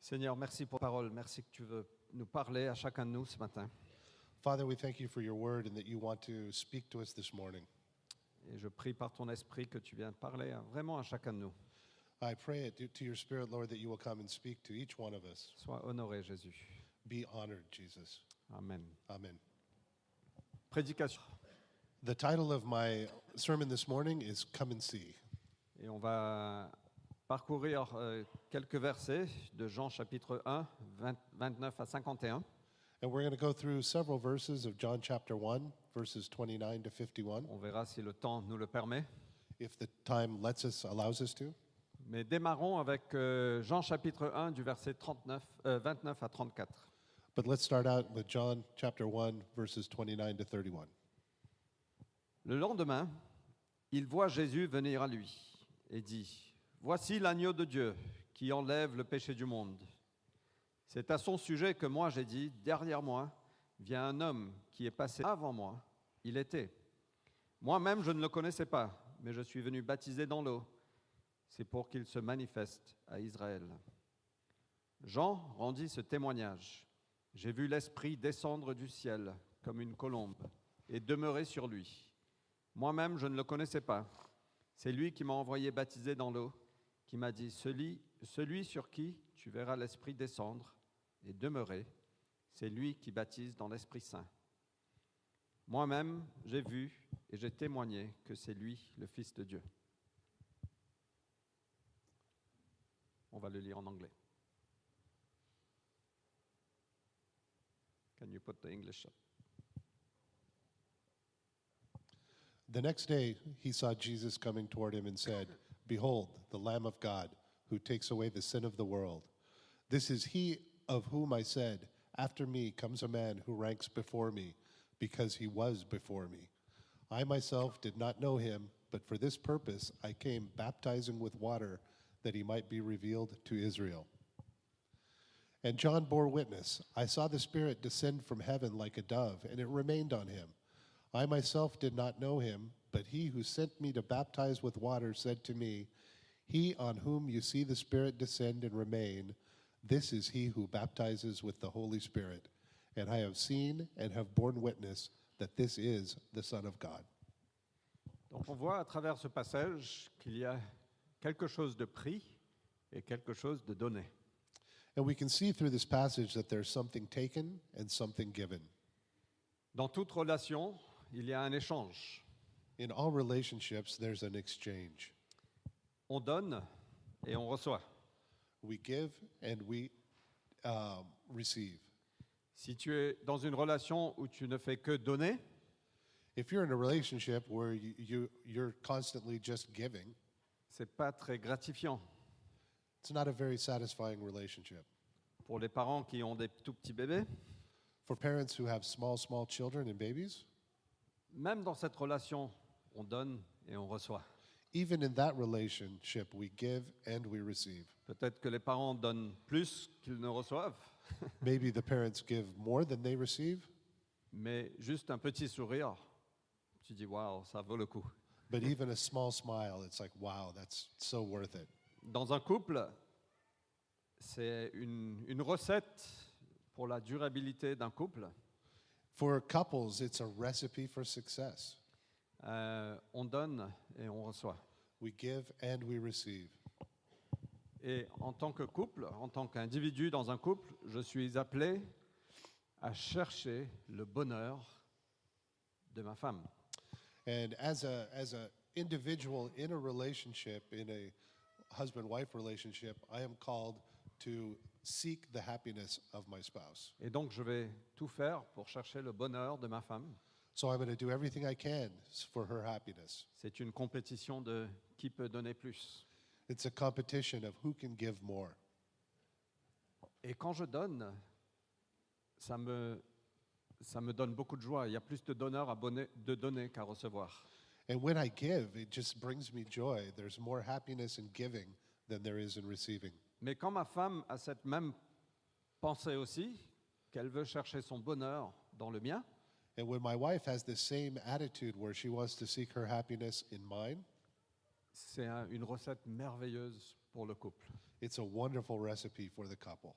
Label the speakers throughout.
Speaker 1: Seigneur, merci pour ta parole. Merci que tu veux nous parler à chacun de nous ce matin.
Speaker 2: Father, we thank you for your word and that you want to speak to us this morning.
Speaker 1: Et je prie par ton esprit que tu viennes parler à- vraiment à chacun de nous.
Speaker 2: I pray it to your spirit, Lord, that you will come and speak to each one of us.
Speaker 1: Sois honoré, Jésus.
Speaker 2: Be honored, Jesus.
Speaker 1: Amen.
Speaker 2: Amen.
Speaker 1: Prédication.
Speaker 2: The title of my sermon this morning is Come and See.
Speaker 1: Et on va parcourir euh, quelques versets de Jean chapitre 1, 20 29 à 51.
Speaker 2: And we're going to go through several verses of John chapter 1, verses 29 to 51,
Speaker 1: On verra si le temps nous le permet.
Speaker 2: if the time lets us, allows us to.
Speaker 1: Mais démarrons avec euh, Jean chapitre 1 du verset 39, euh, 29 à 34.
Speaker 2: But let's start out with John chapter 1, verses 29 to 31.
Speaker 1: Le lendemain, il voit Jésus venir à lui et dit, Voici l'agneau de Dieu qui enlève le péché du monde. C'est à son sujet que moi j'ai dit, Derrière moi vient un homme qui est passé avant moi, il était. Moi-même je ne le connaissais pas, mais je suis venu baptiser dans l'eau. C'est pour qu'il se manifeste à Israël. Jean rendit ce témoignage. J'ai vu l'Esprit descendre du ciel comme une colombe et demeurer sur lui. Moi-même, je ne le connaissais pas. C'est lui qui m'a envoyé baptiser dans l'eau, qui m'a dit, celui, celui sur qui tu verras l'Esprit descendre et demeurer, c'est lui qui baptise dans l'Esprit Saint. Moi-même, j'ai vu et j'ai témoigné que c'est lui le Fils de Dieu. On va le lire en anglais. Can you put the English up?
Speaker 2: The next day, he saw Jesus coming toward him and said, Behold, the Lamb of God, who takes away the sin of the world. This is he of whom I said, After me comes a man who ranks before me, because he was before me. I myself did not know him, but for this purpose I came baptizing with water, that he might be revealed to Israel. And John bore witness I saw the Spirit descend from heaven like a dove, and it remained on him. I myself did not know him, but he who sent me to baptize with water said to me, He on whom you see the Spirit descend and remain, this is he who baptizes with the Holy Spirit. And I have seen and have borne witness that this is the Son of God.
Speaker 1: Donc on voit à travers ce passage qu'il y a quelque chose de pris et quelque chose de donné.
Speaker 2: And we can see through this passage that there's something taken and something given.
Speaker 1: Dans toute relation, il y a un échange.
Speaker 2: In all relationships, there's an exchange.
Speaker 1: On donne et on reçoit.
Speaker 2: We give and we um, receive.
Speaker 1: Si tu es dans une relation où tu ne fais que donner,
Speaker 2: If you're in a relationship where you, you you're constantly just giving,
Speaker 1: c'est pas très gratifiant.
Speaker 2: it's not a very satisfying relationship.
Speaker 1: Pour les parents qui ont des tout petits bébés,
Speaker 2: For parents who have small small children and babies,
Speaker 1: même dans cette relation, on donne et on reçoit.
Speaker 2: even in that relationship we give and we receive.
Speaker 1: Peut-être que les parents donnent plus qu'ils ne reçoivent,
Speaker 2: Maybe the parents give more than they receive,
Speaker 1: mais juste un petit sourire, tu dis waouh, ça vaut le coup.
Speaker 2: but even a small smile, it's like wow, that's so worth it.
Speaker 1: Dans un couple, c'est une, une recette pour la durabilité d'un couple.
Speaker 2: For couples, it's a recipe for success.
Speaker 1: Euh, on donne et on reçoit.
Speaker 2: We give and we receive.
Speaker 1: Et en tant que couple, en tant qu'individu dans un couple, je suis appelé à chercher le bonheur de ma femme.
Speaker 2: And as a as a individual in a relationship, in a husband-wife relationship, I am called to seek the happiness of my spouse.
Speaker 1: Et donc je vais tout faire pour chercher le bonheur de ma femme.
Speaker 2: So I'm going to do everything I can s- for her happiness.
Speaker 1: C'est une compétition de qui peut donner plus.
Speaker 2: It's a competition of who can give more.
Speaker 1: Et quand je donne, ça me, ça me donne beaucoup de joie. Il y a plus de donneurs à bonner- de donner qu'à recevoir.
Speaker 2: And when I give, it just brings me joy. There's more happiness in giving than there is in receiving.
Speaker 1: Mais quand ma femme a cette même pensée aussi, qu'elle veut chercher son bonheur dans le mien,
Speaker 2: And when my wife has this same attitude where she wants to seek her happiness in mine,
Speaker 1: C'est un- une recette merveilleuse pour le couple.
Speaker 2: It's a wonderful recipe for the couple.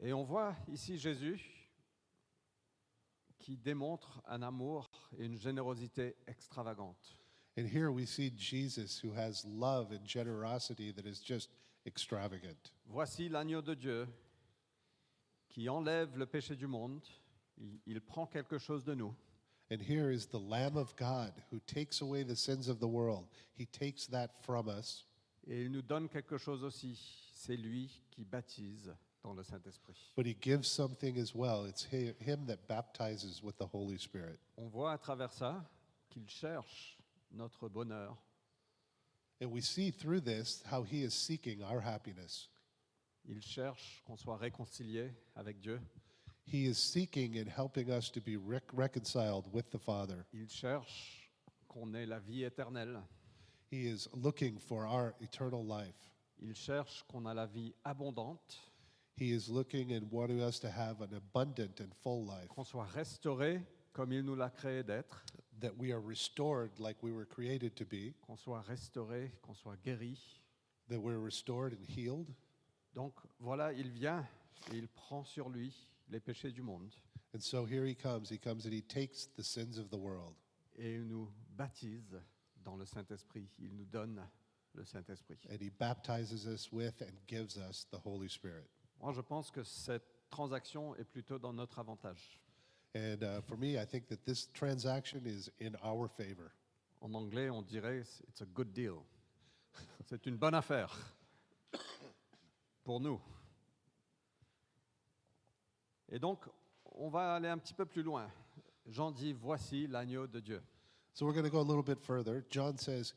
Speaker 1: Et on voit ici Jésus qui démontre un amour et une générosité extravagantes.
Speaker 2: And here we see Jesus who has love and generosity that is just extravagant.
Speaker 1: Voici l'agneau de Dieu qui enlève le péché du monde. Il, il prend quelque chose de nous.
Speaker 2: And here is the Lamb of God who takes away the sins of the world. He takes that from us,
Speaker 1: Et il nous donne quelque chose aussi. C'est lui qui baptise dans le Saint-Esprit.
Speaker 2: but He gives something as well. It's hi- Him that baptizes with the Holy Spirit.
Speaker 1: On voit à travers ça qu'il cherche notre bonheur.
Speaker 2: And we see through this how He is seeking our happiness.
Speaker 1: Il cherche qu'on soit réconcilié avec Dieu.
Speaker 2: He is seeking and helping us to be rec- reconciled with the Father.
Speaker 1: Il cherche qu'on ait la vie éternelle.
Speaker 2: He is looking for our eternal life.
Speaker 1: Il cherche qu'on a la vie abondante,
Speaker 2: He is looking and wanting us to have an abundant and full life,
Speaker 1: qu'on soit restauré comme il nous l'a créé d'être,
Speaker 2: that we are restored like we were created to be,
Speaker 1: qu'on soit restauré, qu'on soit guéri.
Speaker 2: that we're restored and healed.
Speaker 1: Donc voilà, il vient et il prend sur lui les péchés du monde
Speaker 2: And so here he comes. He comes and he takes the sins of the world
Speaker 1: et il nous baptise dans le Saint-Esprit. Il nous donne le Saint-Esprit.
Speaker 2: and he baptizes us with and gives us the Holy Spirit.
Speaker 1: Moi, je pense que cette transaction est plutôt dans notre avantage.
Speaker 2: And uh, for me, I think that this transaction is in our favor.
Speaker 1: En anglais, on dirait it's a good deal. C'est une bonne affaire pour nous. Et donc, on va aller un petit peu plus loin. Jean dit Voici l'agneau de Dieu.
Speaker 2: So we're going to go a little bit further. John says,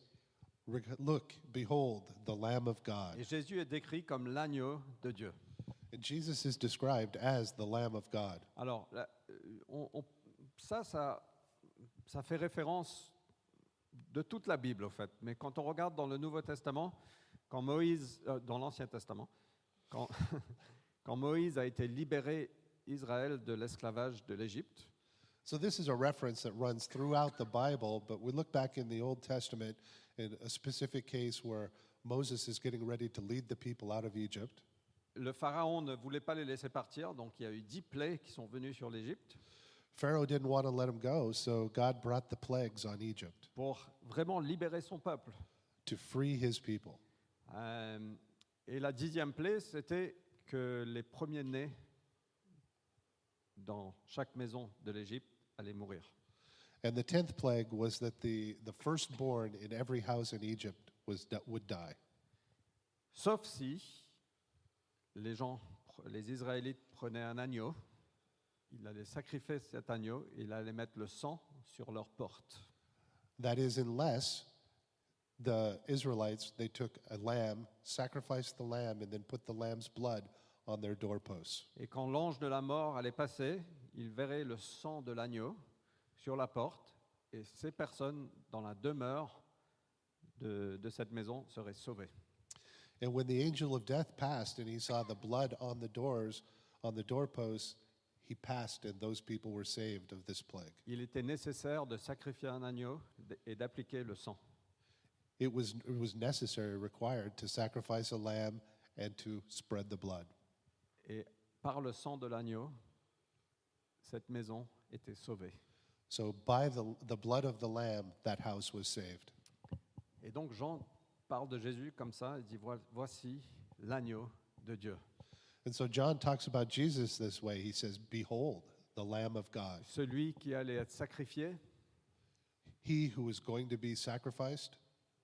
Speaker 2: "Re- Look, behold, the Lamb of
Speaker 1: Et
Speaker 2: God.
Speaker 1: Jésus est décrit comme l'agneau de Dieu.
Speaker 2: And Jesus is described as the Lamb of God.
Speaker 1: Alors, là, euh, on- on- ça, ça, ça fait référence de toute la Bible, au fait. Mais quand on regarde dans le Nouveau Testament, quand Moïse, euh, dans l'Ancien Testament, quand, quand Moïse a été libéré Israël de l'esclavage de l'Égypte,
Speaker 2: So this is a reference that runs throughout the Bible, but we look back in the Old Testament in a specific case where Moses is getting ready to lead the people out of Egypt.
Speaker 1: le Pharaon ne voulait pas les laisser partir, donc il y a eu dix plaies qui sont venues sur l'Égypte
Speaker 2: Pharaoh didn't want to let him go, so God brought the plagues on Egypt
Speaker 1: pour vraiment libérer son peuple.
Speaker 2: to free his people.
Speaker 1: Euh, et la dixième plaie, c'était que les premiers-nés dans chaque maison de l'Égypte allaient mourir.
Speaker 2: And the tenth plague was that the, the firstborn in every house in Egypt was, would die,
Speaker 1: Sauf si les gens, les Israélites prenaient un agneau, ils allaient sacrifier cet agneau et ils allaient mettre le sang sur leur porte.
Speaker 2: That is, unless the Israelites, they took a lamb, sacrificed the lamb, and then put the lamb's blood on their doorposts.
Speaker 1: Et quand l'ange de la mort allait passer, il verrait le sang de l'agneau sur la porte et ces personnes dans la demeure de- de cette maison seraient sauvées.
Speaker 2: And when the angel of death passed and he saw the blood on the doors, on the doorposts, he passed and those people were saved of this plague.
Speaker 1: Il était nécessaire de sacrifier un agneau d- et d'appliquer le sang.
Speaker 2: It was, it was necessary, required to sacrifice a lamb and to spread the blood.
Speaker 1: Et par le sang de l'agneau, cette maison était sauvée.
Speaker 2: So by the, the blood of the lamb, that house was saved.
Speaker 1: Et donc Jean parle de Jésus comme ça, il dit Voi- voici l'agneau de Dieu.
Speaker 2: And so John talks about Jesus this way. He says, Behold, the Lamb of God.
Speaker 1: Celui qui allait être sacrifié
Speaker 2: he who is going to be sacrificed,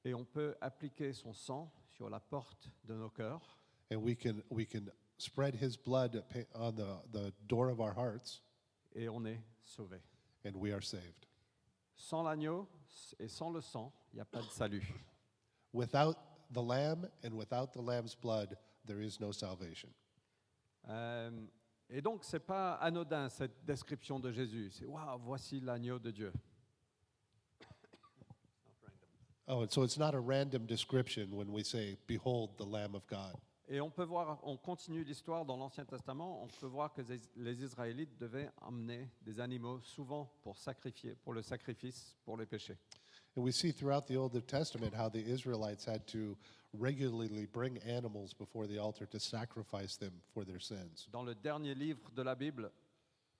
Speaker 1: et on peut appliquer son sang sur la porte de nos cœurs
Speaker 2: and we can we can spread his blood pa- on the, the door of our hearts,
Speaker 1: et on est sauvé.
Speaker 2: and we are saved.
Speaker 1: Sans l'agneau s- et sans le sang, il n'y a pas de salut.
Speaker 2: Without the lamb and without the lamb's blood, there is no salvation.
Speaker 1: Euh, et donc, ce n'est pas anodin cette description de Jésus. C'est waouh, voici l'agneau de Dieu.
Speaker 2: Oh, and so it's not a random description when we say, "Behold, the Lamb of God."
Speaker 1: Et on peut voir, on continue l'histoire dans l'Ancien Testament, on peut voir que les- les Israélites devaient amener des animaux souvent pour sacrifier, pour le sacrifice, pour les péchés.
Speaker 2: And we see throughout the Old Testament how the Israelites had to regularly bring animals before the altar to sacrifice them for their sins.
Speaker 1: Dans le dernier livre de la Bible,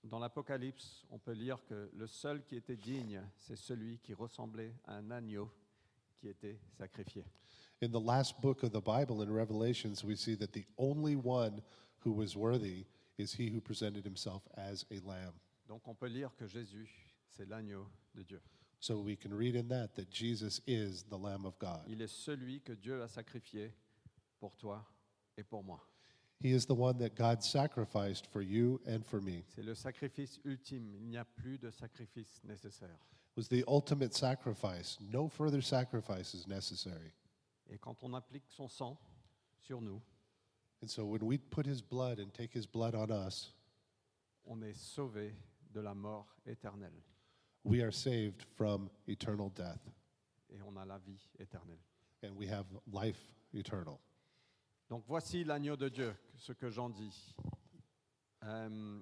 Speaker 1: dans l'Apocalypse, on peut lire que le seul qui était digne, c'est celui qui ressemblait à un agneau qui était sacrifié.
Speaker 2: In the last book of the Bible, in Revelations, we see that the only one who was worthy is he who presented himself as a lamb.
Speaker 1: Donc on peut lire que Jésus, c'est l'agneau de Dieu.
Speaker 2: So we can read in that that Jesus is the Lamb of God.
Speaker 1: Il est celui que Dieu a sacrifié pour toi et pour moi.
Speaker 2: He is the one that God sacrificed for you and for me.
Speaker 1: C'est le sacrifice ultime. Il n'y a plus de sacrifice nécessaire.
Speaker 2: It was the ultimate sacrifice. No further sacrifice is necessary.
Speaker 1: Et quand on applique son sang sur nous,
Speaker 2: And so when we put his blood and take his blood on us,
Speaker 1: on est sauvé de la mort éternelle
Speaker 2: we are saved from eternal death
Speaker 1: et on a la vie éternelle.
Speaker 2: and we have life eternal.
Speaker 1: Donc voici l'agneau de Dieu, ce que j'en dis, euh,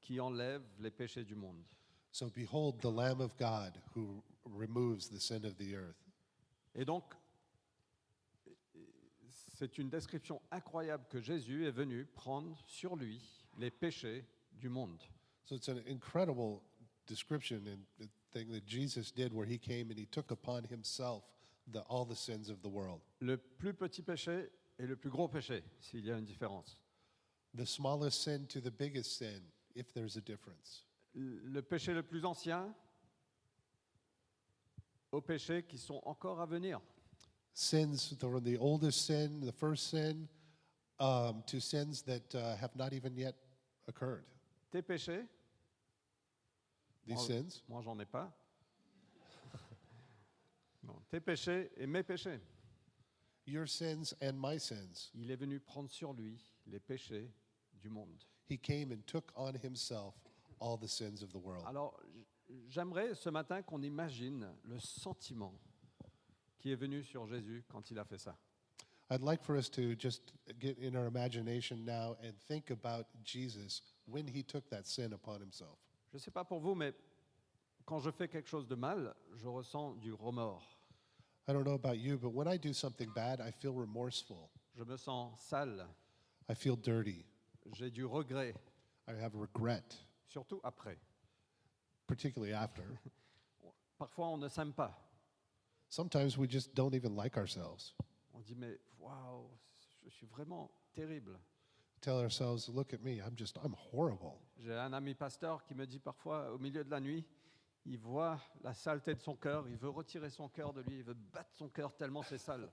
Speaker 1: qui enlève les péchés du monde.
Speaker 2: So behold the Lamb of God who removes the sin of the earth.
Speaker 1: Et donc, c'est une description incroyable que Jésus est venu prendre sur lui les péchés du monde.
Speaker 2: So it's an incredible description and the thing that Jesus did where he came and he took upon himself the, all the sins of the world.
Speaker 1: Le plus petit péché et le plus gros péché, s'il y a une différence.
Speaker 2: The smallest sin to the biggest sin, if there's a difference.
Speaker 1: le péché le plus ancien aux péchés qui sont encore à venir.
Speaker 2: Sins from the oldest sin, the first sin, um, to sins that uh, have not even yet occurred.
Speaker 1: Tes péchés,
Speaker 2: These
Speaker 1: Oh.
Speaker 2: sins,
Speaker 1: moi j'en ai pas. Non, tes péchés et mes péchés.
Speaker 2: your sins and my sins.
Speaker 1: Il est venu prendre sur lui les péchés du monde.
Speaker 2: He came and took on himself all the sins of the world.
Speaker 1: Alors j- j'aimerais ce matin qu'on imagine le sentiment qui est venu sur Jésus quand il a fait ça.
Speaker 2: I'd like for us to just get in our imagination now and think about Jesus when he took that sin upon himself.
Speaker 1: Je ne sais pas pour vous, mais quand je fais quelque chose de mal, je ressens du remords.
Speaker 2: I don't know about you, but when I do something bad, I feel remorseful.
Speaker 1: Je me sens sale,
Speaker 2: I feel dirty.
Speaker 1: j'ai du regret,
Speaker 2: I have regret,
Speaker 1: surtout après.
Speaker 2: particularly after.
Speaker 1: Parfois, on ne s'aime pas.
Speaker 2: Sometimes we just don't even like ourselves.
Speaker 1: On dit, mais waouh, je suis vraiment terrible.
Speaker 2: Tell ourselves, look at me, I'm just, I'm horrible.
Speaker 1: J'ai un ami pasteur qui me dit parfois, au milieu de la nuit, il voit la saleté de son cœur, il veut retirer son cœur de lui, il veut battre son cœur tellement c'est sale.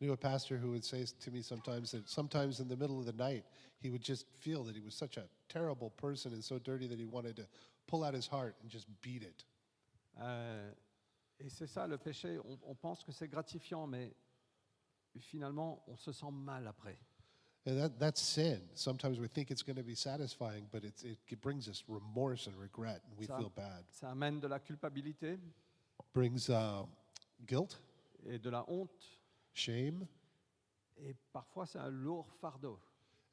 Speaker 2: I knew a pastor who would say to me sometimes that sometimes in the middle of the night, he would just feel that he was such a terrible person and so dirty that he wanted to pull out his heart and just beat it.
Speaker 1: Euh, et c'est ça le péché. On, on pense que c'est gratifiant, mais finalement, on se sent mal après.
Speaker 2: And that, that's sin. Sometimes we think it's going to be satisfying, but it's, it, brings us remorse and regret, and we
Speaker 1: Ça-
Speaker 2: feel bad.
Speaker 1: Ça amène de la culpabilité
Speaker 2: Brings uh, guilt,
Speaker 1: et de la honte,
Speaker 2: shame,
Speaker 1: et parfois c'est un lourd fardeau.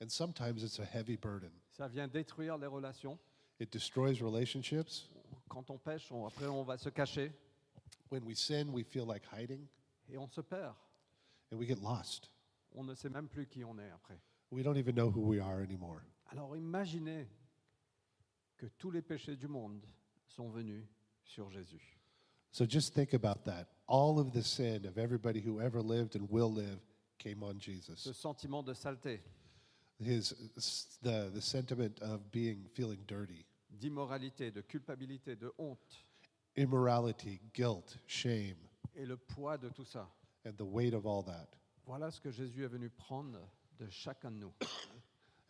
Speaker 2: and sometimes it's a heavy burden.
Speaker 1: Ça vient détruire les relations.
Speaker 2: It destroys relationships.
Speaker 1: Quand on pêche, on- après on va se cacher
Speaker 2: When we sin, we feel like hiding,
Speaker 1: et on se perd.
Speaker 2: and we get lost.
Speaker 1: On ne sait même plus qui on est après.
Speaker 2: We don't even know who we are anymore.
Speaker 1: Alors imaginez que tous les péchés du monde sont venus sur Jésus.
Speaker 2: So just think about that. All of the sin of everybody who ever lived and will live came on Jesus.
Speaker 1: Ce sentiment de saleté,
Speaker 2: His s- the the sentiment of being feeling dirty,
Speaker 1: d'immoralité, de culpabilité, de honte
Speaker 2: immorality, guilt, shame,
Speaker 1: et le poids de tout ça.
Speaker 2: and the weight of all that.
Speaker 1: Voilà ce que Jésus est venu prendre de chacun de nous.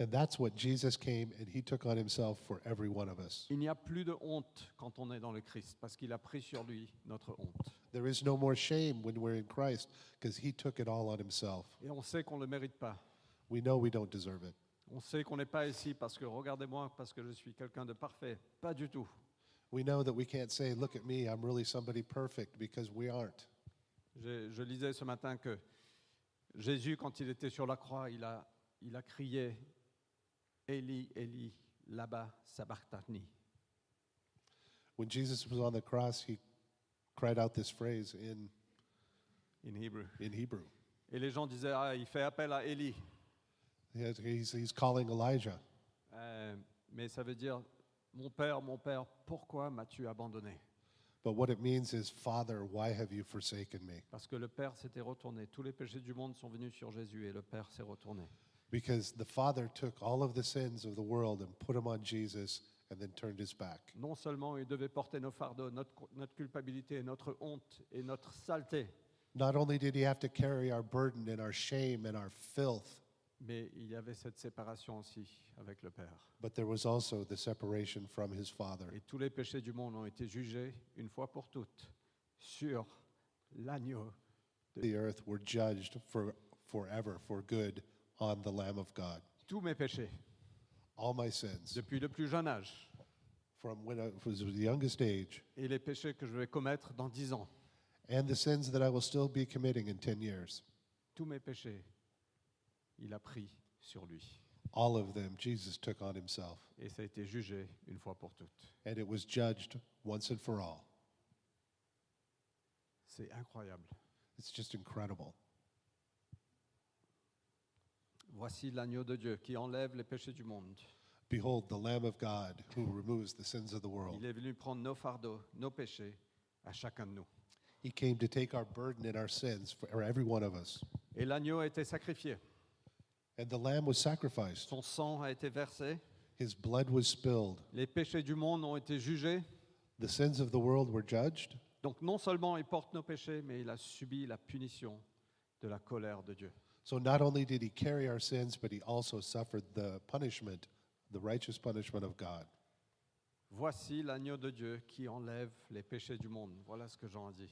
Speaker 2: And that's what Jesus came and he took on himself for every one of us.
Speaker 1: Il n'y a plus de honte quand on est dans le Christ parce qu'il a pris sur lui notre honte.
Speaker 2: There is no more shame when we're in Christ because he took it all on himself.
Speaker 1: Et on sait qu'on ne le mérite pas.
Speaker 2: We know we don't deserve it.
Speaker 1: On sait qu'on n'est pas ici parce que regardez-moi, parce que je suis quelqu'un de parfait. Pas du tout.
Speaker 2: We know that we can't say, look at me, I'm really somebody perfect because we aren't.
Speaker 1: Je, je lisais ce matin que Jésus, quand il était sur la croix, il a, il a crié Eli, Eli, là-bas, Sabachthani.
Speaker 2: When Jesus was on the cross, he cried out this phrase in,
Speaker 1: in Hebrew.
Speaker 2: in Hebrew.
Speaker 1: Et les gens disaient Ah, il fait appel à Élie.
Speaker 2: He has- He's, he's calling Elijah.
Speaker 1: Euh, mais ça veut dire Mon père, mon père, pourquoi m'as-tu abandonné
Speaker 2: But what it means is, Father, why have you forsaken me?
Speaker 1: Parce que le père s'était retourné. Tous les péchés du monde sont venus sur Jésus et le père s'est retourné.
Speaker 2: Because the Father took all of the sins of the world and put them on Jesus and then turned his back.
Speaker 1: Non seulement il devait porter nos fardeaux, notre, cu- notre culpabilité, notre honte et notre saleté,
Speaker 2: Not only did he have to carry our burden and our shame and our filth,
Speaker 1: mais il y avait cette séparation aussi avec le père.
Speaker 2: but there was also the separation from his Father.
Speaker 1: Et tous les péchés du monde ont été jugés une fois pour toutes sur l'agneau.
Speaker 2: The earth were judged for forever for good on the Lamb of God.
Speaker 1: Tous mes péchés,
Speaker 2: All my sins,
Speaker 1: depuis le plus jeune age,
Speaker 2: from when I was the youngest age,
Speaker 1: et les péchés que je vais commettre dans dix ans,
Speaker 2: and the sins that I will still be committing in 10 years,
Speaker 1: tous mes péchés, il a pris sur lui.
Speaker 2: all of them Jesus took on himself,
Speaker 1: Et ça a été jugé une fois pour toutes.
Speaker 2: and it was judged once and for all.
Speaker 1: C'est incroyable.
Speaker 2: It's just incredible.
Speaker 1: Voici l'agneau de Dieu qui enlève les péchés du monde.
Speaker 2: Behold, the Lamb of God who removes the sins of the world.
Speaker 1: Il est venu prendre nos fardeaux, nos péchés, à chacun de nous.
Speaker 2: He came to take our burden and our sins for for every one of us.
Speaker 1: Et l'agneau a été sacrifié.
Speaker 2: And the Lamb was sacrificed,
Speaker 1: Son sang a été versé.
Speaker 2: his blood was spilled,
Speaker 1: Les péchés du monde ont été jugés.
Speaker 2: the sins of the world were judged.
Speaker 1: Donc non seulement il porte nos péchés, mais il a subi la punition de la colère de Dieu.
Speaker 2: So not only did he carry our sins, but he also suffered the punishment, the righteous punishment of God.
Speaker 1: Voici l'agneau de Dieu qui enlève les péchés du monde. Voilà ce que Jean a dit.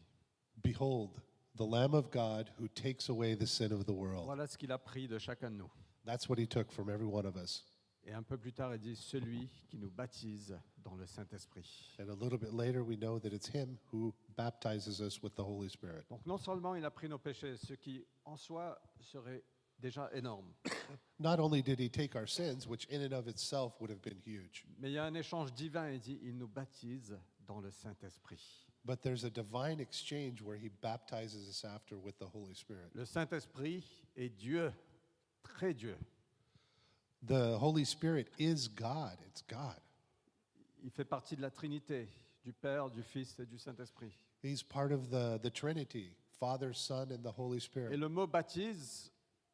Speaker 2: Behold, the Lamb of God who takes away the sin of the world.
Speaker 1: Voilà ce qu'il a pris de chacun de nous.
Speaker 2: That's what he took from every one of us.
Speaker 1: Et un peu plus tard, il dit celui qui nous baptise dans le Saint-Esprit.
Speaker 2: And a little bit later, we know that it's him who baptizes us with the Holy Spirit.
Speaker 1: Donc non seulement il a pris nos péchés, ce qui en soi serait déjà énorme,
Speaker 2: Not only did he take our sins, which in and of itself would have been huge,
Speaker 1: mais il y a un échange divin, il dit, il nous baptise dans le Saint-Esprit.
Speaker 2: but there's a divine exchange where he baptizes us after with the Holy Spirit.
Speaker 1: Le Saint-Esprit est Dieu, très Dieu.
Speaker 2: The Holy Spirit is God, it's God.
Speaker 1: Il fait partie de la Trinité, du Père, du Fils et du Saint-Esprit.
Speaker 2: He's part of the, the Trinity, Father, Son, and the Holy
Speaker 1: Et
Speaker 2: Spirit.
Speaker 1: le mot baptise,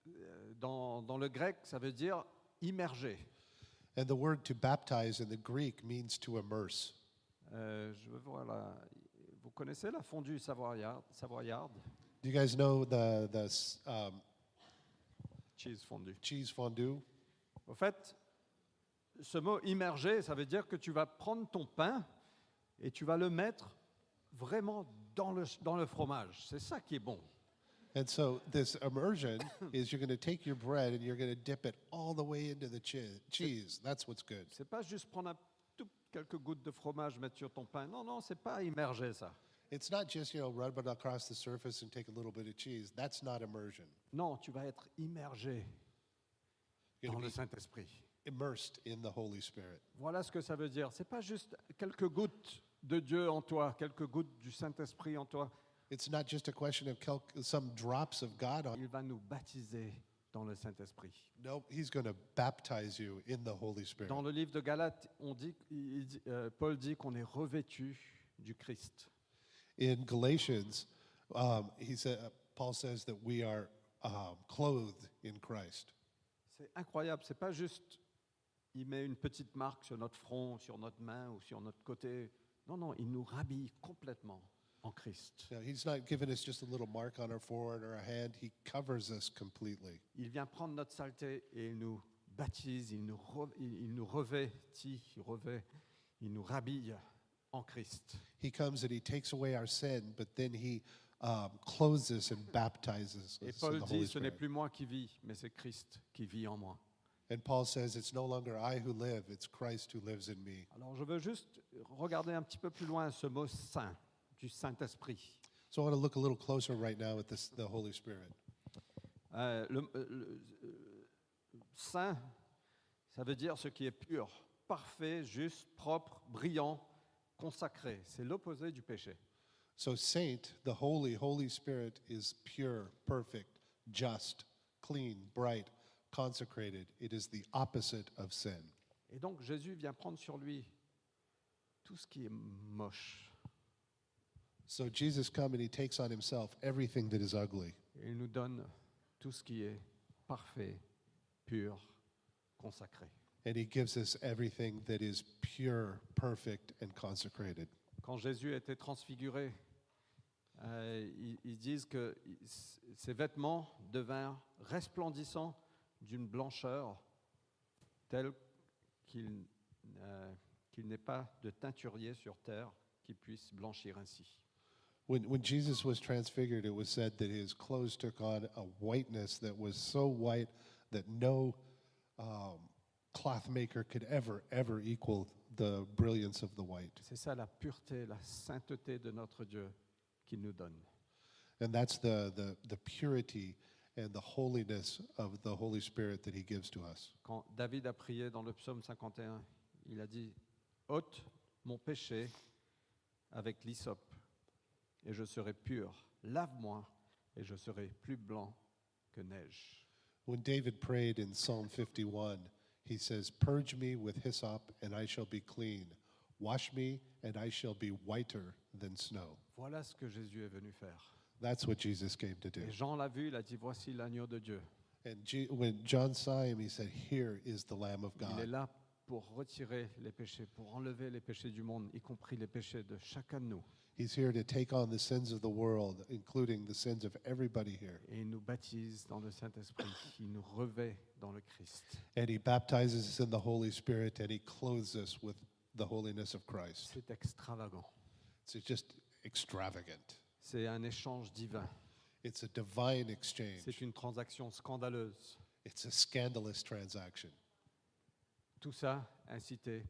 Speaker 1: euh, dans, dans le grec, ça veut dire immerger.
Speaker 2: And the word to baptize in the Greek means to immerse.
Speaker 1: Euh, je veux voir la- Vous connaissez la fondue savoyarde, savoyarde
Speaker 2: Do you guys know the, the s- um,
Speaker 1: Cheese fondue.
Speaker 2: cheese fondue?
Speaker 1: Au fait, ce mot immerger, ça veut dire que tu vas prendre ton pain et tu vas le mettre vraiment dans le, dans le fromage. C'est ça qui est bon.
Speaker 2: And so this immersion is you're going to take your bread and you're going to dip it all the way into the che- cheese. That's what's good.
Speaker 1: C'est pas juste prendre un tout- quelques gouttes de fromage, mettre sur ton pain. Non, non, c'est pas immerger ça.
Speaker 2: It's not just, you know, rub it across the surface and take a little bit of cheese. That's not immersion.
Speaker 1: Non, tu vas être immergé
Speaker 2: You're
Speaker 1: dans
Speaker 2: going
Speaker 1: le
Speaker 2: to be
Speaker 1: Saint-Esprit.
Speaker 2: immersed in the Holy Spirit.
Speaker 1: Voilà ce que ça veut dire. C'est pas juste quelques gouttes de Dieu en toi, quelques gouttes du Saint-Esprit en toi.
Speaker 2: It's not just a question of cal- some drops of God on
Speaker 1: Il va nous baptiser dans le Saint-Esprit.
Speaker 2: Nope, he's going to baptize you in the Holy Spirit.
Speaker 1: Dans le livre de Galates, on dit, il dit- euh, Paul dit qu'on est revêtu du Christ.
Speaker 2: In Galatians, um, he said, Paul says that we are um, clothed in Christ.
Speaker 1: C'est incroyable. C'est pas juste il met une petite marque sur notre front, sur notre main ou sur notre côté. Non, non, il nous rhabille complètement en Christ.
Speaker 2: Now, he's not giving us just a little mark on our forehead or our hand. He covers us completely.
Speaker 1: Il vient prendre notre saleté et il nous baptise, il nous, re- il il nous revêtit, il revêt, il nous rhabille en Christ.
Speaker 2: He comes and he takes away our sin, but then he um, clothes us and baptizes
Speaker 1: Et
Speaker 2: us in
Speaker 1: Paul
Speaker 2: the
Speaker 1: dit,
Speaker 2: Holy
Speaker 1: ce n'est
Speaker 2: Spirit.
Speaker 1: plus moi qui vis, mais c'est Christ qui vit en moi.
Speaker 2: And Paul says, it's no longer I who live, it's Christ who lives in me.
Speaker 1: Alors je veux juste regarder un petit peu plus loin ce mot saint du Saint-Esprit.
Speaker 2: So I want to look a little closer right now at this, the Holy Spirit.
Speaker 1: Euh, le, le- euh, saint, ça veut dire ce qui est pur, parfait, juste, propre, brillant, consacré. C'est l'opposé du péché.
Speaker 2: So, saint, the holy, Holy Spirit is pure, perfect, just, clean, bright, consecrated. It is the opposite of sin.
Speaker 1: Et donc Jésus vient prendre sur lui tout ce qui est moche.
Speaker 2: So, Jesus comes and he takes on himself everything that is ugly,
Speaker 1: Et il nous donne tout ce qui est parfait, pur, consacré.
Speaker 2: and he gives us everything that is pure, perfect, and consecrated.
Speaker 1: Quand Jésus a été transfiguré, euh, ils, ils disent que il- ses vêtements devinrent resplendissants d'une blancheur telle qu'il euh, qu'il n'est pas de teinturier sur terre qui puisse blanchir ainsi.
Speaker 2: When, when Jesus was transfigured, it was said that his clothes took on a whiteness that was so white that no um, cloth maker could ever, ever equal the brilliance of the white.
Speaker 1: C'est ça la pureté, la sainteté de notre Dieu qu'il nous donne.
Speaker 2: And that's the, the, the purity and the holiness of the Holy Spirit that he gives to us.
Speaker 1: Quand David a prié dans le psaume 51, il a dit Ôte mon péché avec l'hysope, et je serai pur. Lave-moi, et je serai plus blanc que neige.
Speaker 2: When David prayed in Psalm 51, he says, Purge me with hyssop, and I shall be clean. Wash me, and I shall be whiter than snow.
Speaker 1: Voilà ce que Jésus est venu faire.
Speaker 2: That's what Jesus came to do.
Speaker 1: Et Jean l'a vu, il a dit Voici l'agneau de Dieu.
Speaker 2: And Je- when John saw him, he said, Here is the Lamb of
Speaker 1: Il est
Speaker 2: God.
Speaker 1: là pour retirer les péchés, pour enlever les péchés du monde, y compris les péchés de chacun de nous.
Speaker 2: He's here to take on the sins of the world, including the sins of everybody here.
Speaker 1: Et il nous baptise dans le Saint-Esprit, il nous revêt dans le Christ.
Speaker 2: And he baptizes us in the Holy Spirit and he clothes us with the holiness of Christ.
Speaker 1: C'est extravagant.
Speaker 2: It's just extravagant.
Speaker 1: C'est un échange divin.
Speaker 2: It's a divine exchange,
Speaker 1: C'est une transaction scandaleuse.
Speaker 2: it's a scandalous transaction.
Speaker 1: Tout ça incité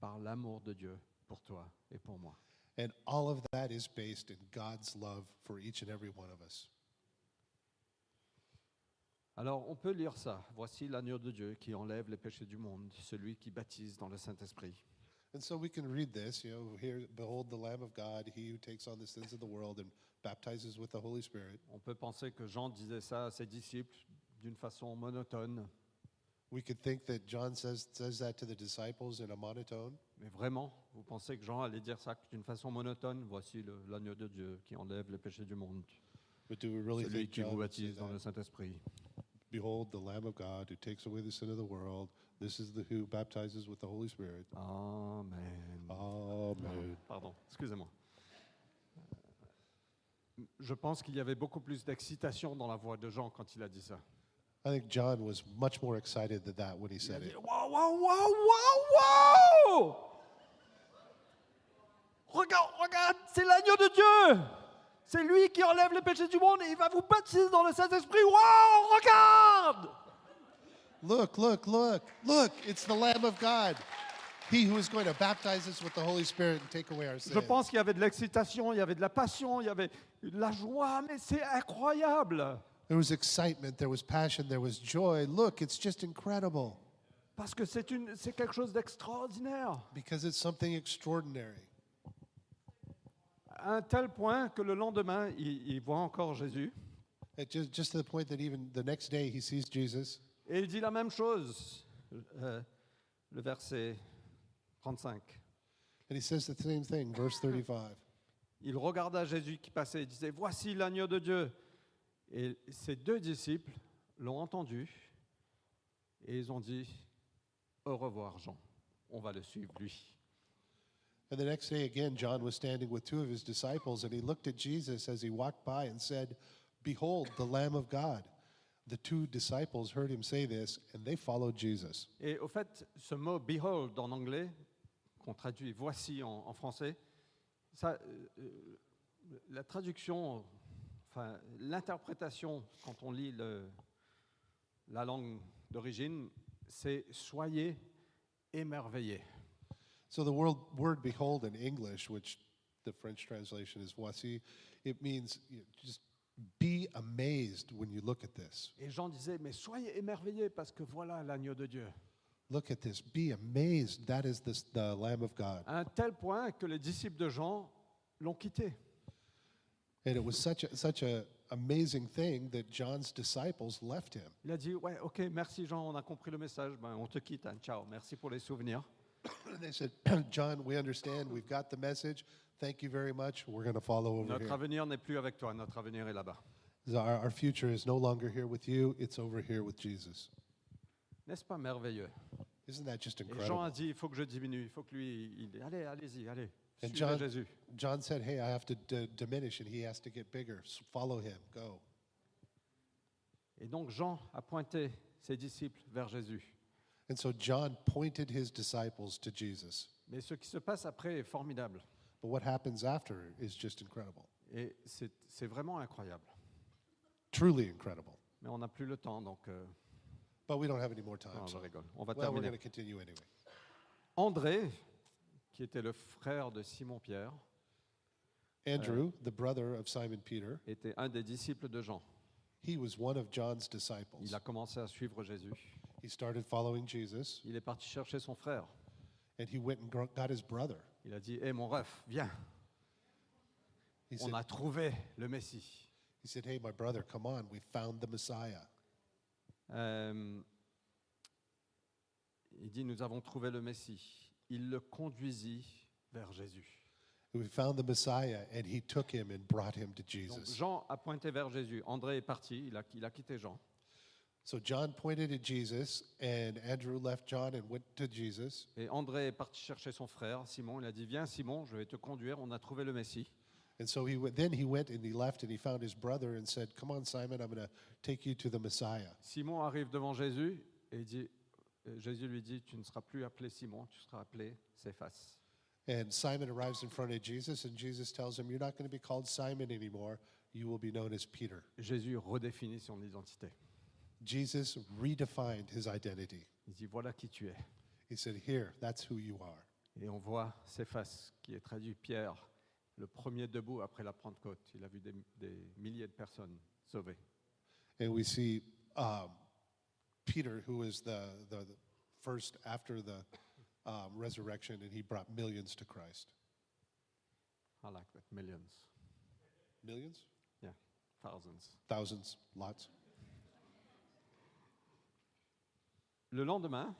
Speaker 1: par l'amour de Dieu pour toi et pour moi.
Speaker 2: And all of that is based in God's love for each and every one of us.
Speaker 1: Alors on peut lire ça. Voici l'agneau de Dieu qui enlève les péchés du monde, celui qui baptise dans le Saint-Esprit.
Speaker 2: And so we can read this, you know, here, behold the Lamb of God, he who takes on the sins of the world and baptizes with the Holy Spirit.
Speaker 1: On peut penser que Jean disait ça à ses disciples d'une façon monotone,
Speaker 2: We could think that John says, says that to the disciples in a monotone,
Speaker 1: mais vraiment, vous pensez que Jean allait dire ça d'une façon monotone Voici le- l'agneau de Dieu qui enlève les péchés du monde,
Speaker 2: but do we really
Speaker 1: celui
Speaker 2: think
Speaker 1: qui
Speaker 2: John
Speaker 1: vous
Speaker 2: would say
Speaker 1: baptise dans
Speaker 2: that?
Speaker 1: le Saint-Esprit.
Speaker 2: Behold the Lamb of God who takes away the sin of the world. This is the who baptizes with the Holy Spirit.
Speaker 1: Amen.
Speaker 2: Amen.
Speaker 1: Pardon, excusez-moi. Je pense qu'il y avait beaucoup plus d'excitation dans la voix de Jean quand il a dit ça.
Speaker 2: I think John was much more excited than that when he said it.
Speaker 1: Waouh, waouh, waouh, waouh, waouh Regarde, regarde, c'est l'agneau de Dieu C'est lui qui enlève les péchés du monde et il va vous baptiser dans le Saint-Esprit. Waouh, regarde
Speaker 2: Look, look, look, look, it's the Lamb of God. He who is going to baptize us with the Holy Spirit and take away our
Speaker 1: Je
Speaker 2: sins.
Speaker 1: pense qu'il y avait de l'excitation, il y avait de la passion, il y avait de la joie, mais c'est incroyable
Speaker 2: There was excitement, there was passion, there was joy. Look, it's just incredible
Speaker 1: Parce que c'est une- c'est quelque chose d'extraordinaire.
Speaker 2: because it's something extraordinary.
Speaker 1: À un tel point que le lendemain, il, il voit encore Jésus
Speaker 2: It just, just to the point that even the next day he sees Jesus
Speaker 1: et il dit la même chose. Euh, le verset 35.
Speaker 2: and he says the same thing, verse 35.
Speaker 1: Il regarda Jésus qui passait et disait Voici l'agneau de Dieu. Et ses deux disciples l'ont entendu et ils ont dit Au revoir, Jean. On va le suivre, lui.
Speaker 2: And the next day again, John was standing with two of his disciples and he looked at Jesus as he walked by and said, Behold, the Lamb of God. The two disciples heard him say this and they followed Jesus.
Speaker 1: Et au fait, ce mot behold en anglais, qu'on traduit voici en, en français, ça, euh, euh, la traduction, enfin l'interprétation quand on lit le- la langue d'origine, c'est soyez émerveillés.
Speaker 2: So the word, word behold in English, which the French translation is voici, it means you know, just Be amazed when you look at this.
Speaker 1: Et Jean disait, mais soyez émerveillés parce que voilà l'agneau de Dieu.
Speaker 2: Look at this. Be amazed. That is this, the Lamb of God.
Speaker 1: À un tel point que les disciples de Jean l'ont quitté.
Speaker 2: And it was such a, such a amazing thing that John's disciples left him.
Speaker 1: Il a dit, ouais, ok, merci Jean, on a compris le message, ben, on te quitte, hein, ciao, merci pour les souvenirs.
Speaker 2: They said, John, we understand. We've got the message. Thank you very much. We're going to follow over
Speaker 1: Notre
Speaker 2: here.
Speaker 1: avenir n'est plus avec toi, notre avenir est là-bas.
Speaker 2: Our, our future is no longer here with you. It's over here with Jesus.
Speaker 1: N'est-ce pas merveilleux
Speaker 2: Isn't that just
Speaker 1: Et Jean
Speaker 2: incredible?
Speaker 1: a dit, il faut que je diminue, il faut que lui, il... allez, allez-y, allez,
Speaker 2: Et
Speaker 1: suivez
Speaker 2: Jean-
Speaker 1: Jésus.
Speaker 2: John said, Hey, I have to d- diminish, and he has to get bigger. S follow him. Go.
Speaker 1: Et donc Jean a pointé ses disciples vers Jésus.
Speaker 2: And so John pointed his disciples to Jesus.
Speaker 1: Mais ce qui se passe après est formidable.
Speaker 2: But what happens after is just incredible,
Speaker 1: Et c'est c'est vraiment incroyable.
Speaker 2: truly incredible.
Speaker 1: Mais on n'a plus le temps, donc euh,
Speaker 2: But we don't have any more time.
Speaker 1: non, je
Speaker 2: so-
Speaker 1: rigole. Ah, On va
Speaker 2: well, we're
Speaker 1: terminer.
Speaker 2: going to continue anyway.
Speaker 1: André, qui était le frère de Simon-Pierre,
Speaker 2: Andrew, the brother of Simon Peter,
Speaker 1: était un des disciples de Jean.
Speaker 2: he was one of John's disciples.
Speaker 1: Il a commencé à suivre Jésus.
Speaker 2: He started following Jesus,
Speaker 1: Il est parti chercher son frère.
Speaker 2: and he went and gro- got his brother.
Speaker 1: Il a dit Hé, mon ref, viens,
Speaker 2: He said,
Speaker 1: on a trouvé le Messie.
Speaker 2: he said, Hey, my brother, come on. We found the Messiah.
Speaker 1: Euh, il dit Nous avons trouvé le Messie. Il le conduisit vers Jésus.
Speaker 2: We found the Messiah, and he took him and brought him to
Speaker 1: Donc
Speaker 2: Jesus.
Speaker 1: Jean a pointé vers Jésus. André est parti, il a, il a quitté Jean.
Speaker 2: So John pointed at Jesus, and Andrew left John and went to Jesus.
Speaker 1: Et André est parti chercher son frère, Simon. Il a dit Viens, Simon, je vais te conduire. On a trouvé le Messie.
Speaker 2: And so he went, then he went and he left and he found his brother and said, Come on, Simon, I'm going to take you to the Messiah.
Speaker 1: Simon arrive devant Jésus et il dit, euh, Jésus lui dit Tu ne seras plus appelé Simon, tu seras appelé Céphas.
Speaker 2: And Simon arrives in front of Jesus, and Jesus tells him, You're not going to be called Simon anymore. You will be known as Peter.
Speaker 1: Jésus redéfinit son identité.
Speaker 2: Jesus redefined his identity.
Speaker 1: Il dit Voilà qui tu es.
Speaker 2: He said, Here, that's who you are.
Speaker 1: Et on voit Céphas, qui est traduit Pierre, le premier debout après la Pentecôte. Il a vu des, des milliers de personnes sauvées.
Speaker 2: And we see um, Peter, who was the, the, the first after the um, resurrection, and he brought millions to Christ.
Speaker 1: I like that. Millions.
Speaker 2: Millions?
Speaker 1: Yeah. Thousands.
Speaker 2: Thousands? Lots?
Speaker 1: Le lendemain,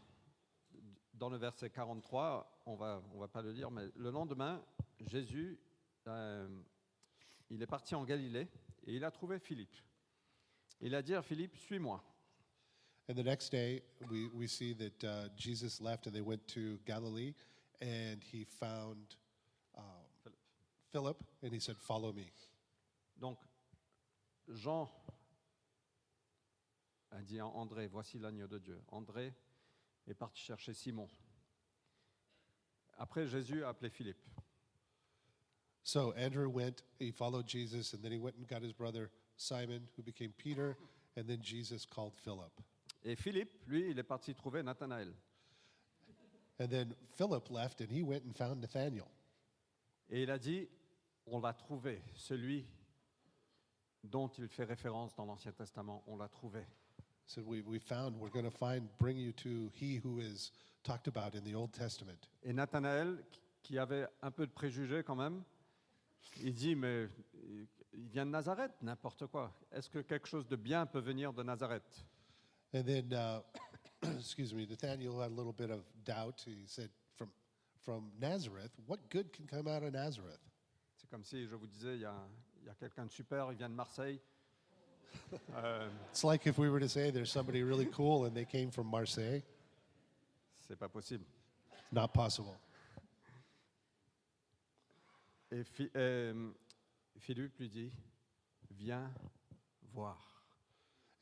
Speaker 1: dans le verset 43, on va, on va pas le lire, mais le lendemain, Jésus, euh, il est parti en Galilée et il a trouvé Philippe. Il a dit à Philippe, suis-moi.
Speaker 2: And the next day, we, we see that uh, Jesus left and they went to Galilee, and he found um,
Speaker 1: Philip.
Speaker 2: Philip, and he said, Follow me.
Speaker 1: Donc, Jean a dit à André, voici l'agneau de Dieu. André est parti chercher Simon. Après, Jésus a appelé Philippe.
Speaker 2: So Andrew went, he followed Jesus, and then he went and got his brother Simon, who became Peter, and then Jesus called Philip.
Speaker 1: Et Philippe, lui, il est parti trouver Nathanaël.
Speaker 2: And then Philip left and he went and found Nathanael.
Speaker 1: Et il a dit, on l'a trouvé, celui dont il fait référence dans l'Ancien Testament, on l'a trouvé.
Speaker 2: Said, we, we found, we're going to find, bring you to he who is talked about in the Old Testament.
Speaker 1: Et Nathanaël, qui- qui avait un peu de préjugés quand même, il dit, mais il- il vient de Nazareth, n'importe quoi. Est-ce que quelque chose de bien peut venir de Nazareth
Speaker 2: And then, uh, excuse me, Nathaniel had a little bit of doubt. He said, "From from Nazareth, what good can come out of Nazareth?"
Speaker 1: C'est comme si je vous disais, il y a, un- il y a quelqu'un de super, il vient de Marseille. Euh,
Speaker 2: It's like if we were to say there's somebody really cool and they came from Marseille.
Speaker 1: C'est pas possible.
Speaker 2: Not possible.
Speaker 1: Et Phi- euh, Philippe lui dit, viens voir.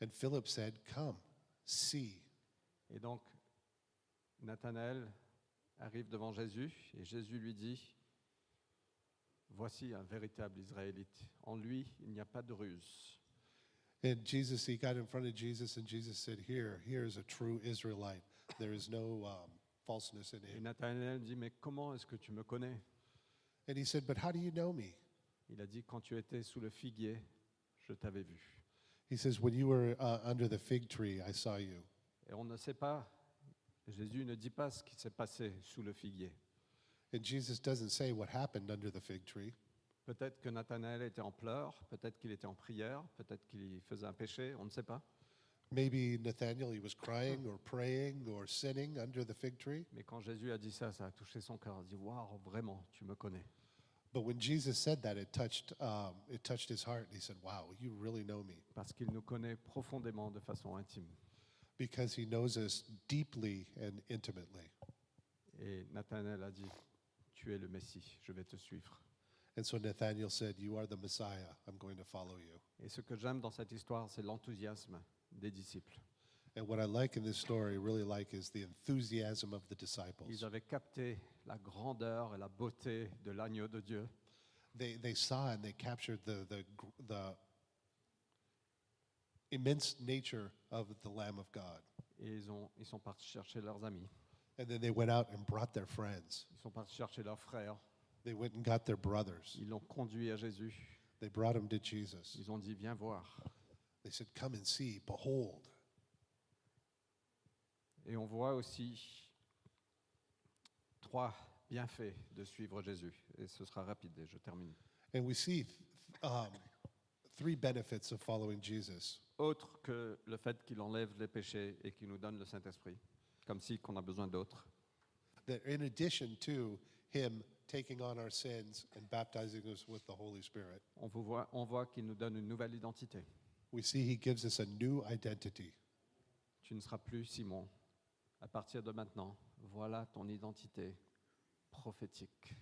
Speaker 2: And Philip said, "Come, see."
Speaker 1: Et donc, Nathanaël arrive devant Jésus et Jésus lui dit, Voici un véritable Israélite. En lui, il n'y a pas de ruse.
Speaker 2: And Jesus, he got in front of Jesus, and Jesus said, "Here, here is a true Israelite. There is no um, falseness in
Speaker 1: Et
Speaker 2: him."
Speaker 1: Nathanaël dit, mais comment est-ce que tu me connais
Speaker 2: And he said, "But how do you know me?"
Speaker 1: Il a dit, quand tu étais sous le figuier, je je t'avais vu.
Speaker 2: He says, When you were uh, under the fig tree, I saw you.
Speaker 1: Et on ne sait pas, Jésus ne dit pas ce qui s'est passé sous le figuier.
Speaker 2: And Jesus doesn't say what happened under the fig tree.
Speaker 1: Peut-être que Nathanaël était en pleurs, peut-être qu'il était en prière, peut-être qu'il faisait un péché, on ne sait pas.
Speaker 2: Maybe Nathaniel he was crying or praying or sinning under the fig tree.
Speaker 1: Mais quand Jésus a dit ça, ça a touché son cœur. Il a dit Waouh, vraiment, tu me connais.
Speaker 2: But when Jesus said that, it touched, um, it touched his heart. He said, Wow, you really know me.
Speaker 1: Parce qu'il nous connaît profondément de façon intime.
Speaker 2: Because he knows us deeply and intimately.
Speaker 1: Et Nathanaël a dit Tu es le Messie, je vais te suivre.
Speaker 2: And so Nathaniel said, You are the Messiah. I'm going to follow you.
Speaker 1: Et ce que j'aime dans cette histoire, c'est l'enthousiasme des disciples.
Speaker 2: And what I like in this story, really like, is the enthusiasm of the disciples.
Speaker 1: Ils avaient capté la grandeur et la beauté de l'agneau de Dieu.
Speaker 2: They, they saw and they captured the, the, gr- the immense nature of the Lamb of God.
Speaker 1: Et ils, ont, ils sont partis chercher leurs amis.
Speaker 2: And then they went out and brought their friends.
Speaker 1: Ils sont partis chercher leurs frères.
Speaker 2: They went and got their brothers.
Speaker 1: Ils l'ont conduit à Jésus.
Speaker 2: They brought him to Jesus.
Speaker 1: Ils ont dit Viens voir.
Speaker 2: They said, Come and see, behold.
Speaker 1: Et on voit aussi trois bienfaits de suivre Jésus. Et ce sera rapide et je termine.
Speaker 2: And we see um, three benefits of following Jesus.
Speaker 1: Autre que le fait qu'il enlève les péchés et qu'il nous donne le Saint-Esprit, comme si qu'on a besoin d'autres.
Speaker 2: That in addition to him taking on our sins and baptizing us with the Holy Spirit,
Speaker 1: On vous voit, on voit qu'il nous donne une nouvelle identité.
Speaker 2: we see he gives us a new identity.
Speaker 1: Tu ne seras plus Simon. À partir de maintenant, voilà ton identité prophétique.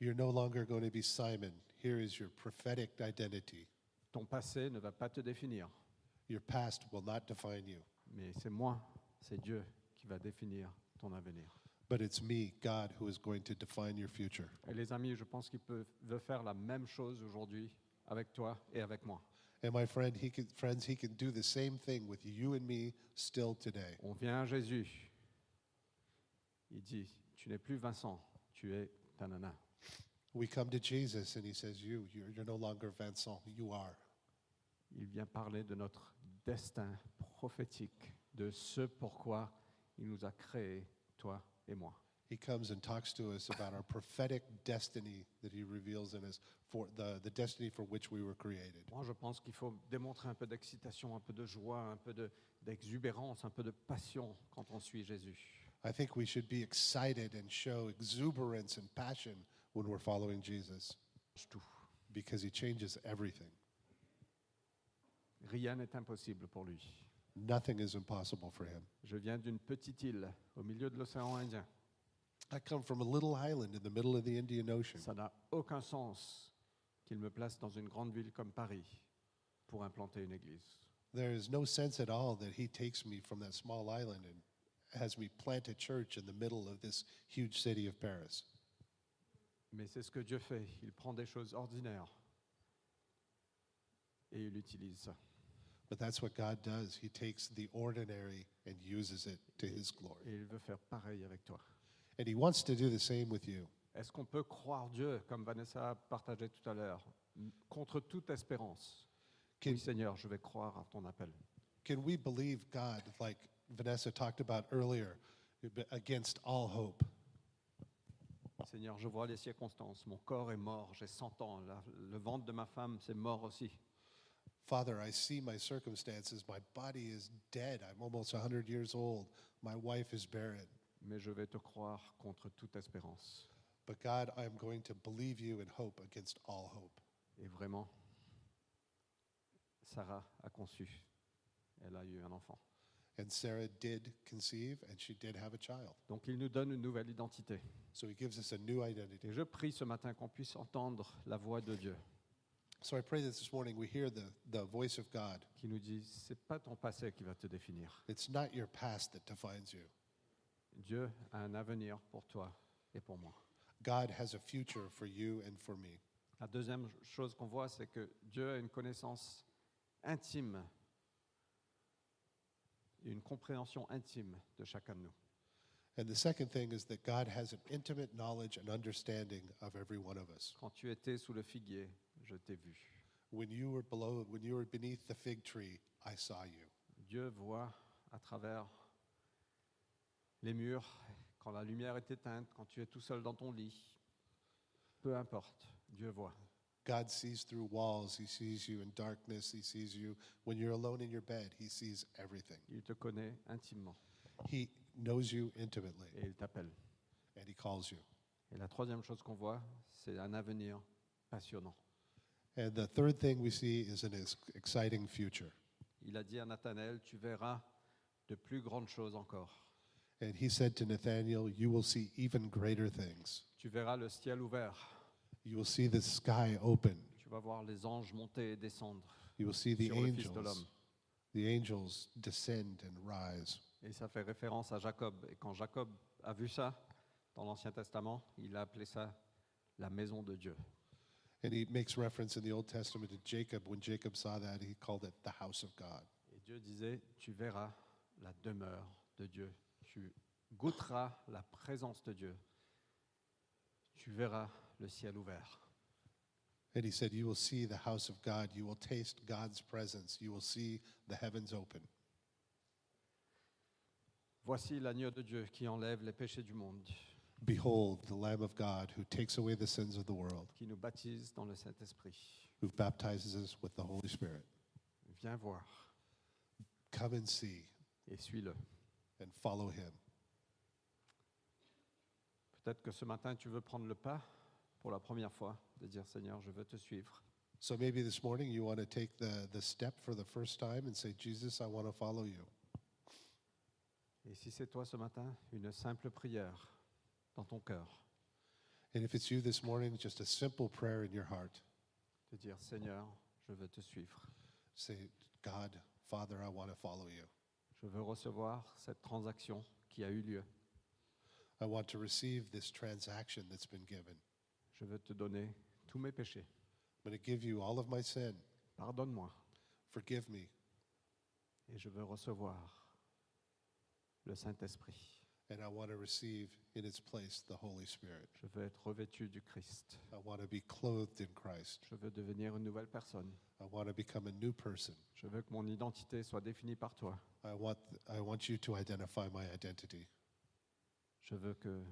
Speaker 2: You're no longer going to be Simon. Here is your prophetic identity.
Speaker 1: Ton passé ne va pas te définir,
Speaker 2: Your past will not define you,
Speaker 1: mais c'est moi, c'est Dieu qui va définir ton avenir.
Speaker 2: but it's me, God, who is going to define your future.
Speaker 1: Et les amis, je pense qu'il peut, veut faire la même chose aujourd'hui avec toi et avec moi.
Speaker 2: And my friend, he can, friends, he can do the same thing with you and me still today.
Speaker 1: On vient à Jésus. Il dit, tu n'es plus Vincent, tu es Tanana.
Speaker 2: We come to Jesus and he says, You, you're, you're no longer Vincent, you are.
Speaker 1: Il vient parler de notre destin prophétique, de ce pourquoi il nous a créés, toi et moi.
Speaker 2: He comes and talks to us about our prophetic destiny that he reveals in us for the, the destiny for which we were created.
Speaker 1: Moi, je pense qu'il faut démontrer un peu d'excitation, un peu de joie, un peu de- d'exubérance, un peu de passion quand on suit Jésus.
Speaker 2: I think we should be excited and show exuberance and passion when we're following Jesus
Speaker 1: Change Tout.
Speaker 2: because he changes everything.
Speaker 1: Rien n'est impossible pour lui.
Speaker 2: Nothing is impossible for him.
Speaker 1: Je viens d'une petite île au milieu de l'océan Indien.
Speaker 2: I come from a little island in the middle of the Indian Ocean.
Speaker 1: Ça n'a aucun sens qu'il me place dans une grande ville comme Paris pour implanter une église.
Speaker 2: There is no sense at all that he takes me from that small island and has me plant a church in the middle of this huge city of Paris.
Speaker 1: Mais c'est ce que Dieu fait. Il prend des choses ordinaires et il utilise ça.
Speaker 2: But that's what God does. He takes the ordinary and uses it to his glory.
Speaker 1: Et il veut faire pareil avec toi.
Speaker 2: And he wants to do the same with you.
Speaker 1: Est-ce qu'on peut croire Dieu, comme Vanessa a partagé tout à l'heure, m- contre toute espérance
Speaker 2: Can-
Speaker 1: Oui, Seigneur, je vais croire à ton appel.
Speaker 2: Can we believe God like Vanessa talked about earlier, but against all hope?
Speaker 1: Seigneur, je vois les circonstances. Mon corps est mort, j'ai 100 ans. La- le ventre de ma femme, c'est mort aussi.
Speaker 2: Father, I see my circumstances. My body is dead. I'm almost 100 years old. My wife is barren.
Speaker 1: Mais je vais te croire contre toute espérance.
Speaker 2: But God, I'm going to believe you and hope against all hope.
Speaker 1: Et vraiment, Sarah a conçu. Elle a eu un enfant.
Speaker 2: And Sarah did conceive, and she did have a child.
Speaker 1: Donc il nous donne une nouvelle identité.
Speaker 2: So he gives us a new identity.
Speaker 1: Et je prie ce matin qu'on puisse entendre la voix de Dieu
Speaker 2: So I pray that this morning we hear the, the voice of God.
Speaker 1: qui nous dit, c'est pas ton passé qui va te définir.
Speaker 2: It's not your past that defines you.
Speaker 1: Dieu a un avenir pour toi et pour moi.
Speaker 2: God has a future for you and for me.
Speaker 1: La deuxième chose qu'on voit, c'est que Dieu a une connaissance intime et une compréhension intime de chacun de nous.
Speaker 2: And the second thing is that God has an intimate knowledge and understanding of every one of us.
Speaker 1: Quand tu étais sous le figuier, je t'ai vu.
Speaker 2: When you were below, when you were beneath the fig tree, I saw you.
Speaker 1: Dieu voit à travers les murs, quand la lumière est éteinte, quand tu es tout seul dans ton lit. Peu importe, Dieu voit.
Speaker 2: God sees through walls. He sees you in darkness. He sees you when you're alone in your bed. He sees everything.
Speaker 1: Il te connaît intimement
Speaker 2: He knows you intimately
Speaker 1: et il t'appelle.
Speaker 2: and he calls you.
Speaker 1: Et la troisième chose qu'on voit, c'est un avenir passionnant.
Speaker 2: And the third thing we see is an ex- exciting future.
Speaker 1: Il a dit à Nathanaël, tu verras de plus grandes choses encore.
Speaker 2: And he said to Nathanael, You will see even greater things.
Speaker 1: Tu verras le ciel ouvert.
Speaker 2: You will see the sky open.
Speaker 1: Tu vas voir les anges monter et descendre.
Speaker 2: You will see the
Speaker 1: Sur le Fils de
Speaker 2: angels.
Speaker 1: l'homme.
Speaker 2: The angels descend and rise.
Speaker 1: Et ça fait référence à Jacob. Et quand Jacob a vu ça dans l'Ancien Testament, il a appelé ça la maison de Dieu.
Speaker 2: And he makes reference in the Old Testament to Jacob. When Jacob saw that, he called it the house of God.
Speaker 1: Et Dieu disait, tu verras la demeure de Dieu. Tu goûteras la présence de Dieu. Tu verras le ciel ouvert.
Speaker 2: And he said, You will see the house of God. You will taste God's presence. You will see the heavens open.
Speaker 1: Voici l'agneau de Dieu qui enlève les péchés du monde,
Speaker 2: Behold, the Lamb of God who takes away the sins of the world,
Speaker 1: qui nous baptise dans le Saint-Esprit.
Speaker 2: who baptizes us with the Holy Spirit.
Speaker 1: Viens voir
Speaker 2: Come and see
Speaker 1: et suis-le.
Speaker 2: and follow him.
Speaker 1: Peut-être que ce matin, tu veux prendre le pas pour la première fois, de dire Seigneur, je veux te suivre.
Speaker 2: So maybe this morning you want to take the, the step for the first time and say, Jesus, I want to follow you.
Speaker 1: Et si c'est toi ce matin, une simple prière dans ton cœur,
Speaker 2: And if it's you this morning, just a simple prayer in your heart.
Speaker 1: de dire Seigneur, je veux te suivre.
Speaker 2: Say, God, Father, I want to follow you.
Speaker 1: Je veux recevoir cette transaction qui a eu lieu.
Speaker 2: I want to receive this transaction that's been given.
Speaker 1: Je veux te donner tous mes péchés.
Speaker 2: I'm going to give you all of my sin.
Speaker 1: Pardonne-moi.
Speaker 2: Forgive me.
Speaker 1: Et je veux recevoir le Saint-Esprit.
Speaker 2: And I want to receive in its place the Holy Spirit.
Speaker 1: Je veux être revêtu du Christ.
Speaker 2: I want to be clothed in Christ.
Speaker 1: Je veux devenir une nouvelle personne.
Speaker 2: I want to become a new person.
Speaker 1: Je veux que mon identité soit définie par toi.
Speaker 2: I want, I want you to identify my identity.
Speaker 1: Je veux que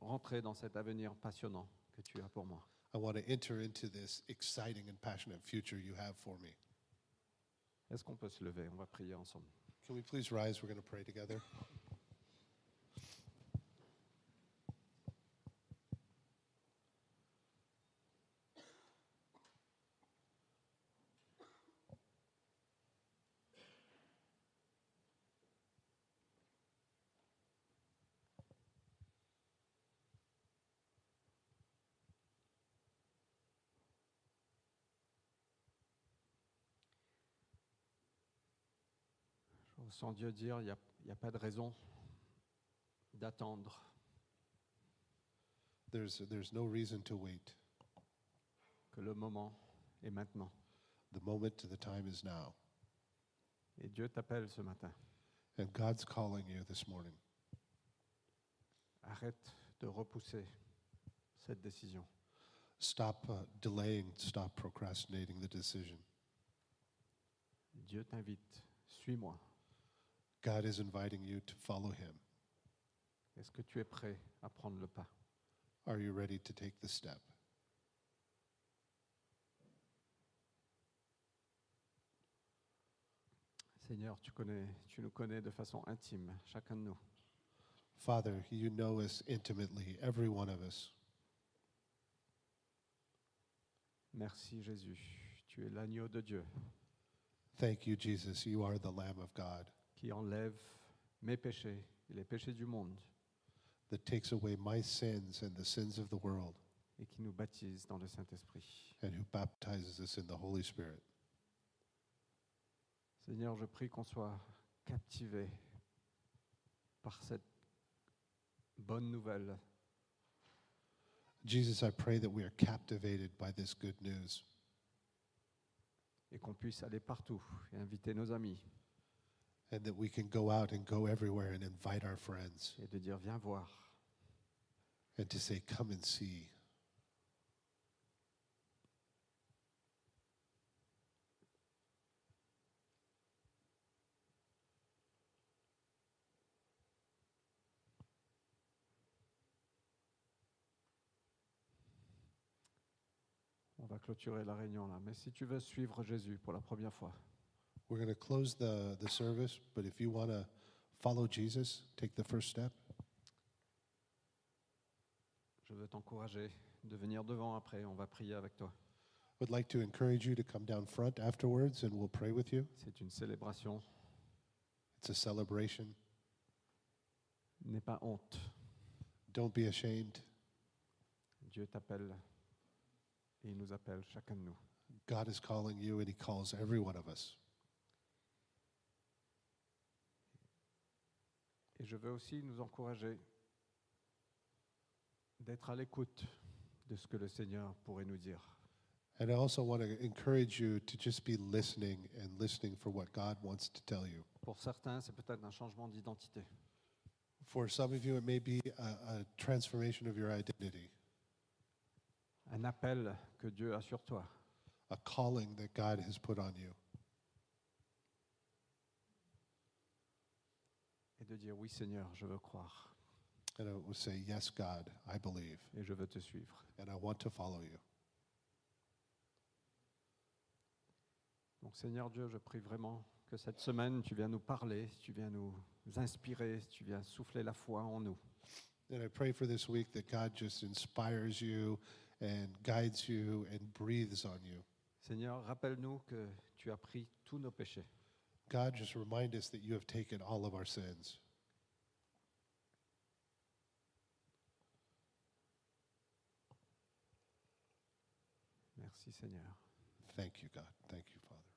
Speaker 1: rentrer dans cet avenir passionnant que tu as pour moi.
Speaker 2: I want to enter into this exciting and passionate future you have for me.
Speaker 1: Est-ce qu'on peut se lever On va prier ensemble.
Speaker 2: Can we please rise? We're going to pray together.
Speaker 1: Je ressens Dieu dire, il n'y a, il y a pas de raison d'attendre
Speaker 2: There's, there's no reason to wait.
Speaker 1: que le moment est maintenant.
Speaker 2: The moment to the time is now.
Speaker 1: Et Dieu t'appelle ce matin.
Speaker 2: And God's calling you this morning.
Speaker 1: Arrête de repousser cette décision.
Speaker 2: Stop uh, delaying, stop procrastinating the decision.
Speaker 1: Dieu t'invite, suis-moi.
Speaker 2: God is inviting you to follow him.
Speaker 1: Est-ce que tu es prêt à prendre le pas
Speaker 2: Are you ready to take the step?
Speaker 1: Seigneur, tu, connais, tu nous connais de façon intime, chacun de nous.
Speaker 2: Father, you know us intimately, every one of us.
Speaker 1: Merci Jésus, tu es l'agneau de Dieu
Speaker 2: Thank you, Jesus. You are the Lamb of God
Speaker 1: qui enlève mes péchés et les péchés du monde
Speaker 2: that takes away my sins and the sins of the world
Speaker 1: et qui nous baptise dans le Saint-Esprit.
Speaker 2: and who baptizes us in the Holy Spirit.
Speaker 1: Seigneur, je prie qu'on soit captivés par cette bonne nouvelle
Speaker 2: Jesus, I pray that we are captivated by this good news
Speaker 1: et qu'on puisse aller partout et inviter nos amis
Speaker 2: and that we can go out and go everywhere and invite our friends
Speaker 1: et de dire viens voir.
Speaker 2: and to say, Come and see.
Speaker 1: va clôturer la réunion là. Mais si tu veux suivre Jésus pour la première fois,
Speaker 2: We're going to close the, the service, but if you want to follow Jesus, take the first step.
Speaker 1: je veux t'encourager de venir devant après. On va prier avec toi.
Speaker 2: Would like to encourage you to come down front afterwards and we'll pray with you.
Speaker 1: C'est une célébration.
Speaker 2: It's a celebration.
Speaker 1: N'aie pas honte.
Speaker 2: Don't be ashamed.
Speaker 1: Dieu t'appelle et il nous appelle, chacun de nous.
Speaker 2: God is calling you and he calls every one of us.
Speaker 1: Et je veux aussi nous encourager d'être à l'écoute de ce que le Seigneur pourrait nous dire.
Speaker 2: And I also want to encourage you to just be listening and listening for what God wants to tell you.
Speaker 1: Pour certains, c'est peut-être un changement d'identité.
Speaker 2: For some of you, it may be a, a transformation of your identity,
Speaker 1: un appel que Dieu a sur toi.
Speaker 2: a calling that God has put on you,
Speaker 1: Et de dire, oui Seigneur, je veux croire
Speaker 2: and I would say, Yes, God, I believe,
Speaker 1: et je veux te suivre.
Speaker 2: and I want to follow you.
Speaker 1: Donc Seigneur Dieu, je prie vraiment que cette semaine, tu viens nous parler, tu viens nous inspirer, tu viens souffler la foi en nous.
Speaker 2: And I pray for this week that God just inspires you and guides you and breathes on you.
Speaker 1: Seigneur, rappelle-nous que tu as pris tous nos péchés.
Speaker 2: God, just remind us that you have taken all of our sins.
Speaker 1: Merci Seigneur.
Speaker 2: Thank you, God. Thank you, Father.